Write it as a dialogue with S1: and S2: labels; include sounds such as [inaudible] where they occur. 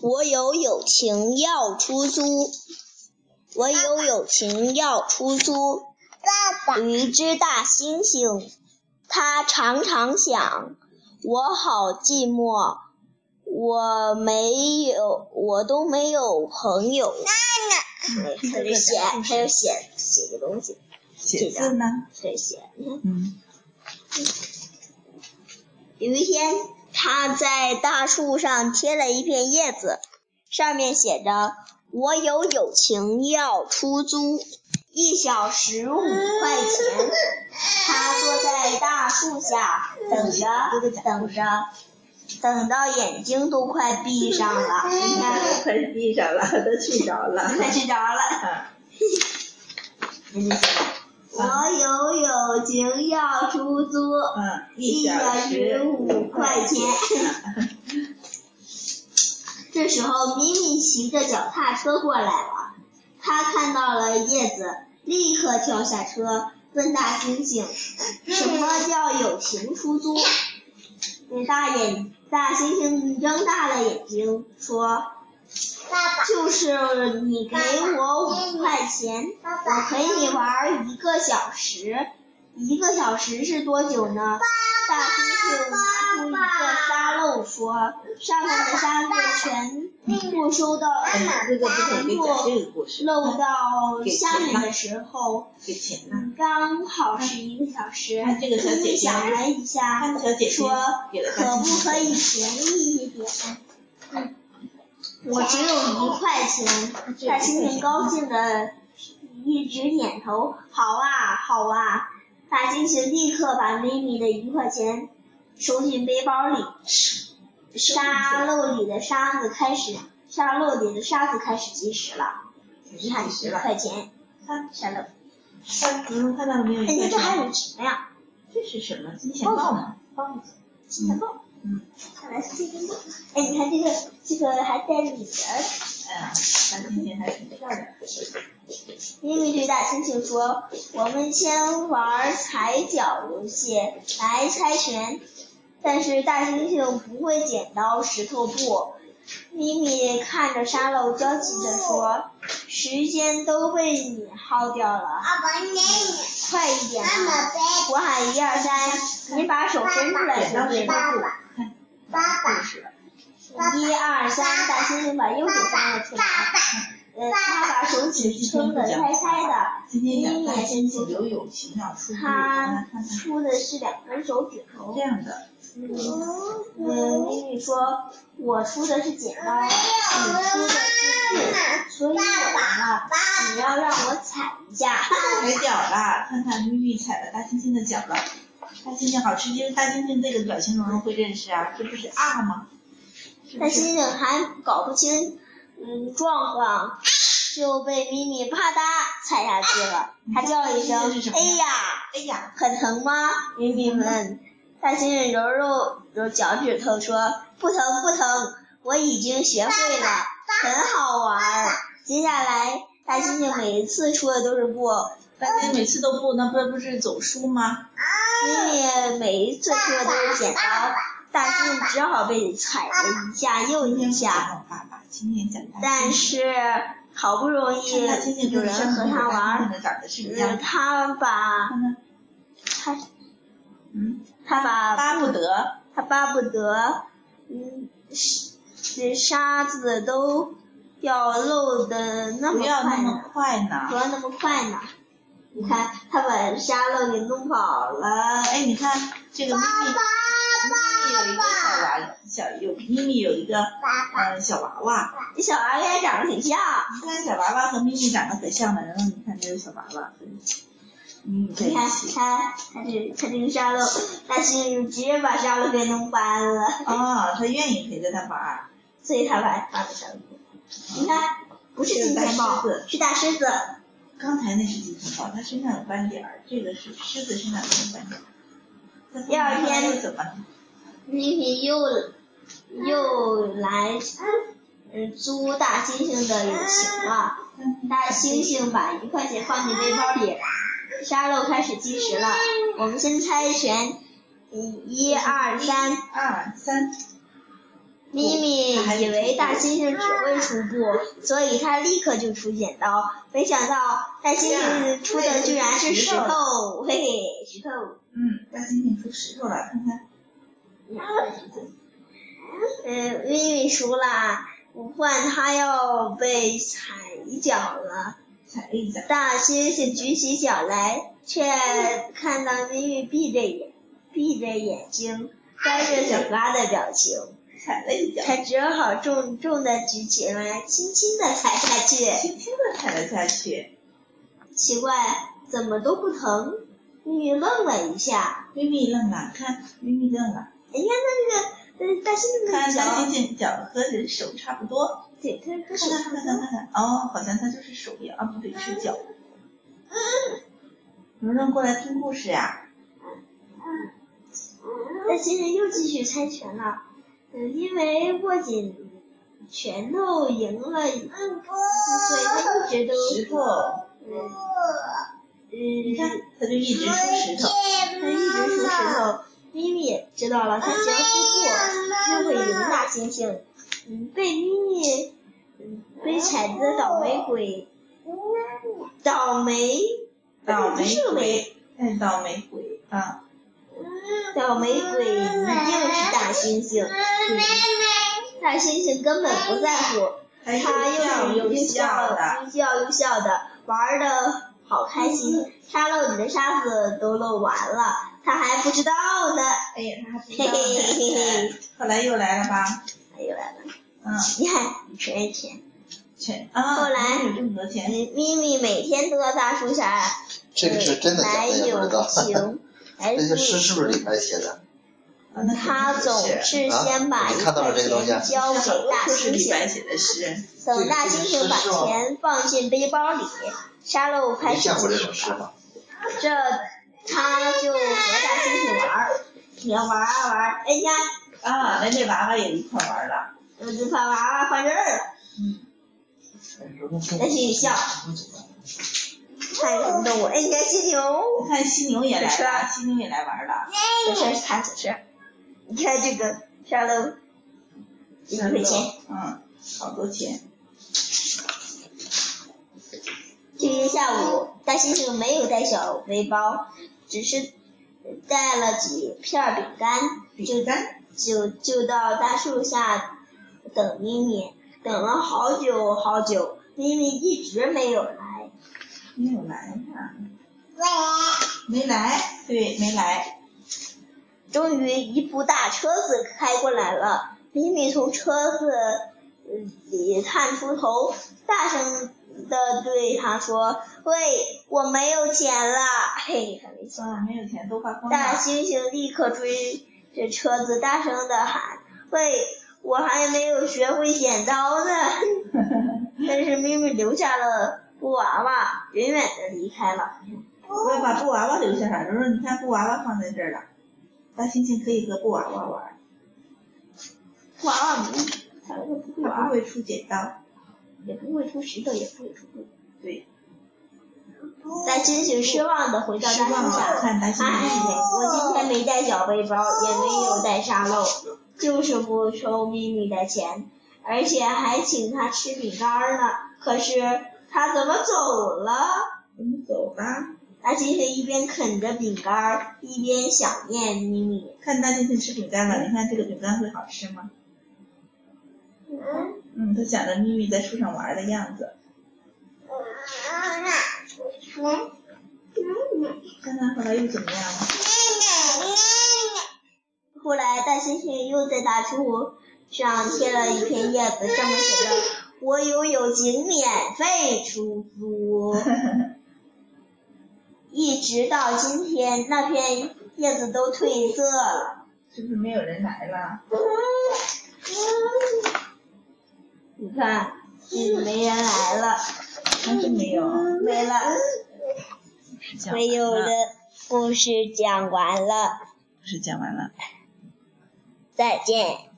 S1: 我有友情要出租，我有友情要出租。
S2: 爸爸，
S1: 驴只大猩猩，它常常想：我好寂寞，我没有，我都没有朋友。哎他就写，他就写写个东西，
S3: 写字吗？
S1: 他写。
S3: 嗯，
S1: 有一天，他在大树上贴了一片叶子，上面写着：“我有友情要出租，一小时五块钱。”他坐在大树下，等着，等着，等到眼睛都快闭上
S3: [laughs]
S1: 了。你看，
S3: 快闭上了，都睡着了。
S1: 快睡着了。
S3: 啊，你写吧。
S1: 我有友情要出租，
S3: 嗯，
S1: 一小时五块钱。这时候，米米骑着脚踏车过来了，他看到了叶子，立刻跳下车，问大猩猩：“什么叫友情出租？”那大眼大猩猩睁大了眼睛说
S2: 爸：“爸，
S1: 就是你给我五块钱，
S2: 爸
S1: 我
S2: 爸，
S1: 陪你玩一个小时，一个小时是多久呢？”大猩猩拿出一个沙漏说：“上面的沙子全部收到，
S3: 我们这个不
S1: 全
S3: 能给
S1: 部
S3: 讲这个故事，
S1: 漏到下面的时候，
S3: 给钱了。
S1: 刚好是一个小时。”嗯
S3: 看这个小姐姐
S1: 想了一下
S3: 看，小姐姐
S1: 说
S3: 给了：“
S1: 可
S3: 大
S1: 不
S3: 猩
S1: 可
S3: 猩
S1: 以便宜一点？”嗯我只有一块钱。大猩猩高兴的一直点头，好啊，好啊！大猩猩立刻把米米的一块钱收进背包里，沙漏里的沙子开始，沙漏里的沙子开始计时了。你看，一块钱，沙漏。
S3: 看，你们看到了没有？
S1: 哎，
S3: 一
S1: 你
S3: 块
S1: 看这还
S3: 钱
S1: 有什么呀？
S3: 这是什么？金钱豹吗？
S1: 包子，金钱豹。
S3: 嗯，
S1: 看来是金钱豹。哎，你看这个，这个还带里边儿。
S3: 哎，看今天还挺漂亮的。
S1: 咪咪对大猩猩说：“我们先玩踩脚游戏，来猜拳。”但是大猩猩不会剪刀石头布。咪咪看着沙漏，焦急地说：“时间都被你耗掉了，
S2: 爸爸，你，
S1: 快一点
S2: 妈
S1: 啊！”
S2: 妈背，
S1: 我喊一二三，你把手伸出来
S3: 剪
S1: 就
S3: 刀石
S1: 对
S3: 头
S1: 了。
S3: 布，
S2: 爸
S3: 故
S2: 爸，
S3: 事。
S1: 一二三，大猩猩把右手伸了出来，
S2: 爸爸，
S1: 呃，他把手指撑得开开的。
S3: 今天讲大猩猩有友情要出入，咱
S1: 他
S3: 们看看哦
S1: 出的是两根手指头
S3: 这。样的，
S1: 嗯，米米说，我出的是剪刀，你出的是布，所以我赢了。你要让我踩一下，
S3: 踩脚了，看看咪咪踩了大猩猩的脚了。大猩猩好吃惊，大猩猩这个表情蓉蓉会认识啊，这不是啊吗？是不
S1: 但
S3: 是？
S1: 猩猩还搞不清嗯状况，就被咪咪啪嗒踩下去了。他叫了一声
S3: 这是什：“么
S1: 嗯哎
S3: 呀
S1: 呀，
S3: 哎呀，
S1: 很疼吗？”咪咪问。大猩猩揉揉揉脚趾头说：“不疼不疼，我已经学会了。”很好玩儿。接下来，大猩猩每一次出的都是布，
S3: 大猩啊猩每次都不，那不不是走书吗？
S1: 咪咪每一次出的都是剪刀，大猩猩只好被踩了一下又
S3: 今
S1: 一
S3: 天不讲
S1: 下。
S3: 我爸爸，今天讲大猩
S1: 但
S3: 猩。
S1: 是好不容易
S3: 看大猩猩
S1: 有
S3: 跟
S1: 人和他玩
S3: 猩
S1: 儿，
S3: 猩长得是一样
S1: 嗯，
S3: 的，
S1: 他把
S3: 看看，
S1: 他
S3: 嗯，
S1: 他把
S3: 巴不得
S1: 他巴不得，嗯，是沙子都要漏的那
S3: 不
S1: 么
S3: 要那
S1: 快呢
S3: 么快呢
S1: 不。要那么快呢。你看，他把沙漏给弄跑了。
S3: 哎，你看这个咪咪，咪咪有一个小娃小有咪咪有一个呃小娃娃，
S1: 这小娃跟他长得挺像。
S3: 你看小娃娃和咪咪长得可像了，然后你看这个小娃娃跟嗯在
S1: 你
S3: 一
S1: 看
S3: 起。
S1: 他，他这他这个沙漏，大猩猩直接把沙漏给弄翻了，
S3: 哦，他愿意陪着他玩儿，
S1: 所以他把他的沙漏。你看，不是金钱豹，是大狮子。
S3: 刚才那是金钱豹，它身上有斑点儿，这个是狮子身上没有斑点儿。那
S1: 第二天
S3: 又怎么了？
S1: 咪咪又又来，嗯，租大猩猩的友情了。大猩猩把一块钱放进背包里，沙漏开始计时了。我们先猜拳，嗯一二三，
S3: 二三，
S1: 咪咪以为大猩猩只会徒步，所以他立刻就出剪刀。没想到大猩猩出的居然是石头，嘿嘿，石头。
S3: 嗯，大猩猩出石头了，看看。
S1: 呃，咪咪输了，啊不换他要被踩一脚了。
S3: 踩了一脚，
S1: 大猩猩举起脚来，却看到咪咪闭着眼闭着眼睛，张着嘴巴的表情。
S3: 踩了一脚，
S1: 他只好重重的举起来，轻轻的踩下去。
S3: 轻轻的踩了下去。
S1: 奇怪，怎么都不疼？咪咪愣了一下，
S3: 咪咪愣了，看咪咪愣了，
S1: 哎呀，那个，呃，大猩猩
S3: 看
S1: 的
S3: 大
S1: 脚，
S3: 猩猩脚和人手差不多，
S1: 对，它它手
S3: 看看看看看看，哦，好像它就是手一样，啊不对，是脚。蓉蓉过来听故事呀、
S1: 但猩猩又继续猜拳了，嗯，因为握紧拳头赢了，所以他一直都
S3: 石头，
S1: 嗯
S3: 你看
S1: 嗯，
S3: 它就一直出石头。
S1: 他一直数石头。咪咪也知道了，他只要突破就会赢大猩猩。嗯，被咪咪嗯被踩的倒霉鬼，倒霉
S3: 倒霉
S1: 是
S3: 鬼
S1: 鬼，
S3: 哎，倒霉鬼啊！
S1: 倒霉鬼一定是大猩猩。大猩猩根本不在乎，
S3: 他
S1: 他
S3: 又
S1: 又
S3: 又
S1: 又
S3: 笑的，
S1: 又笑又笑的，玩的好开
S4: 嗯
S1: 心，沙漏里的沙子都漏完了，他还不知道呢。
S3: 哎呀，他还不知
S1: 嘿
S3: 道
S1: 嘿嘿嘿
S3: 呢
S1: 嘿，
S3: 后来又来了吧？
S1: 哎又来了，
S3: 嗯，
S1: 你看，全是钱。
S3: 钱啊，
S1: 后来
S3: 有这么多钱，
S1: 咪咪每天都要大树下
S4: 这个是真的假
S1: 来
S4: 的也不
S1: 友
S4: 知道。 [laughs]
S1: 情，来
S4: 那些诗
S1: 去。
S4: 是不是李白写的？
S3: 啊那肯定
S1: 他
S3: 不
S1: 总
S3: 是
S1: 是
S4: 啊
S1: 先把
S4: 你
S1: 一
S4: 看到
S1: 块
S4: 了这个东西啊
S1: 钱交给大
S3: 都是
S1: 猩
S3: 李白
S1: 猩，
S3: 写的诗，
S1: 等大猩猩把
S4: 这个是
S1: 钱放进背包里，沙漏开
S4: 没
S1: 始
S4: 见过这
S1: 计
S4: 种诗吗？
S1: 这他就和大猩猩玩儿，你要玩啊玩儿，哎呀，
S3: 啊，连这娃娃也一块玩了，
S1: 我就把娃娃放这儿了，
S4: 哎
S1: 在心里笑，看有什么动物，哎，你看犀牛，
S3: 你看犀牛也来
S1: 是啊
S3: 了，
S1: 吧
S3: 犀牛也来玩了，
S1: 小事儿看小事儿，你看这个沙漏，一块钱。
S3: 嗯，好多钱，
S1: 这天下午，大猩猩没有带小背包，只是带了几片饼干，
S3: 饼干，
S1: 就就到大树下等咪咪。等了好久好久，咪咪一直没有来。
S3: 没有来呢，没来，对，没来，
S1: 终于，一部大车子开过来了，咪咪从车子里探出头，大声的对他说：“喂，我没有钱了。”嘿，很没错。
S3: 啊，没有钱都花光
S1: 大
S3: 了，
S1: 猩猩立刻追着车子，大声的喊：“喂，我还没有学会剪刀呢！” [laughs] 但是咪咪留下了布娃娃，远远的离开了。
S3: 我要把布娃娃留下来。蓉蓉，你看布娃娃放在这儿了，大猩猩可以和布娃娃玩，
S1: 布娃娃不它不会
S3: 它不
S1: 玩，
S3: 会出剪刀。
S1: 也不会出石头，也不会出布。
S3: 对，
S1: 大猩猩失望的回到大
S3: 哦失望
S1: 树
S3: 了，
S1: 下，
S3: 看大猩
S1: 哎，
S3: 猩
S1: 我今天没带小背包，也没有带沙漏，就是不收咪咪的钱，而且还请他吃饼干儿呢。可是他怎么走了？
S3: 我们走吧。
S1: 大猩猩一边啃着饼干儿，一边想念咪咪。
S3: 看大猩猩吃饼干
S1: 嗯
S3: 了，你看这个饼干会好吃吗？嗯，他想着咪咪在树上玩的样子，看看后来又怎么样了？
S1: 后来，大猩猩又在大树上贴了一片叶子，上面写着：“我有友情免费出租。”一直到今天，那片叶子都褪色了。
S3: [laughs] 是不是没有人来了？
S1: 你看，嗯没人来了，
S3: 还是没有，
S1: 没了，嗯没有的
S3: 人。
S1: 故事讲完了，
S3: 是讲完了。
S1: 再见。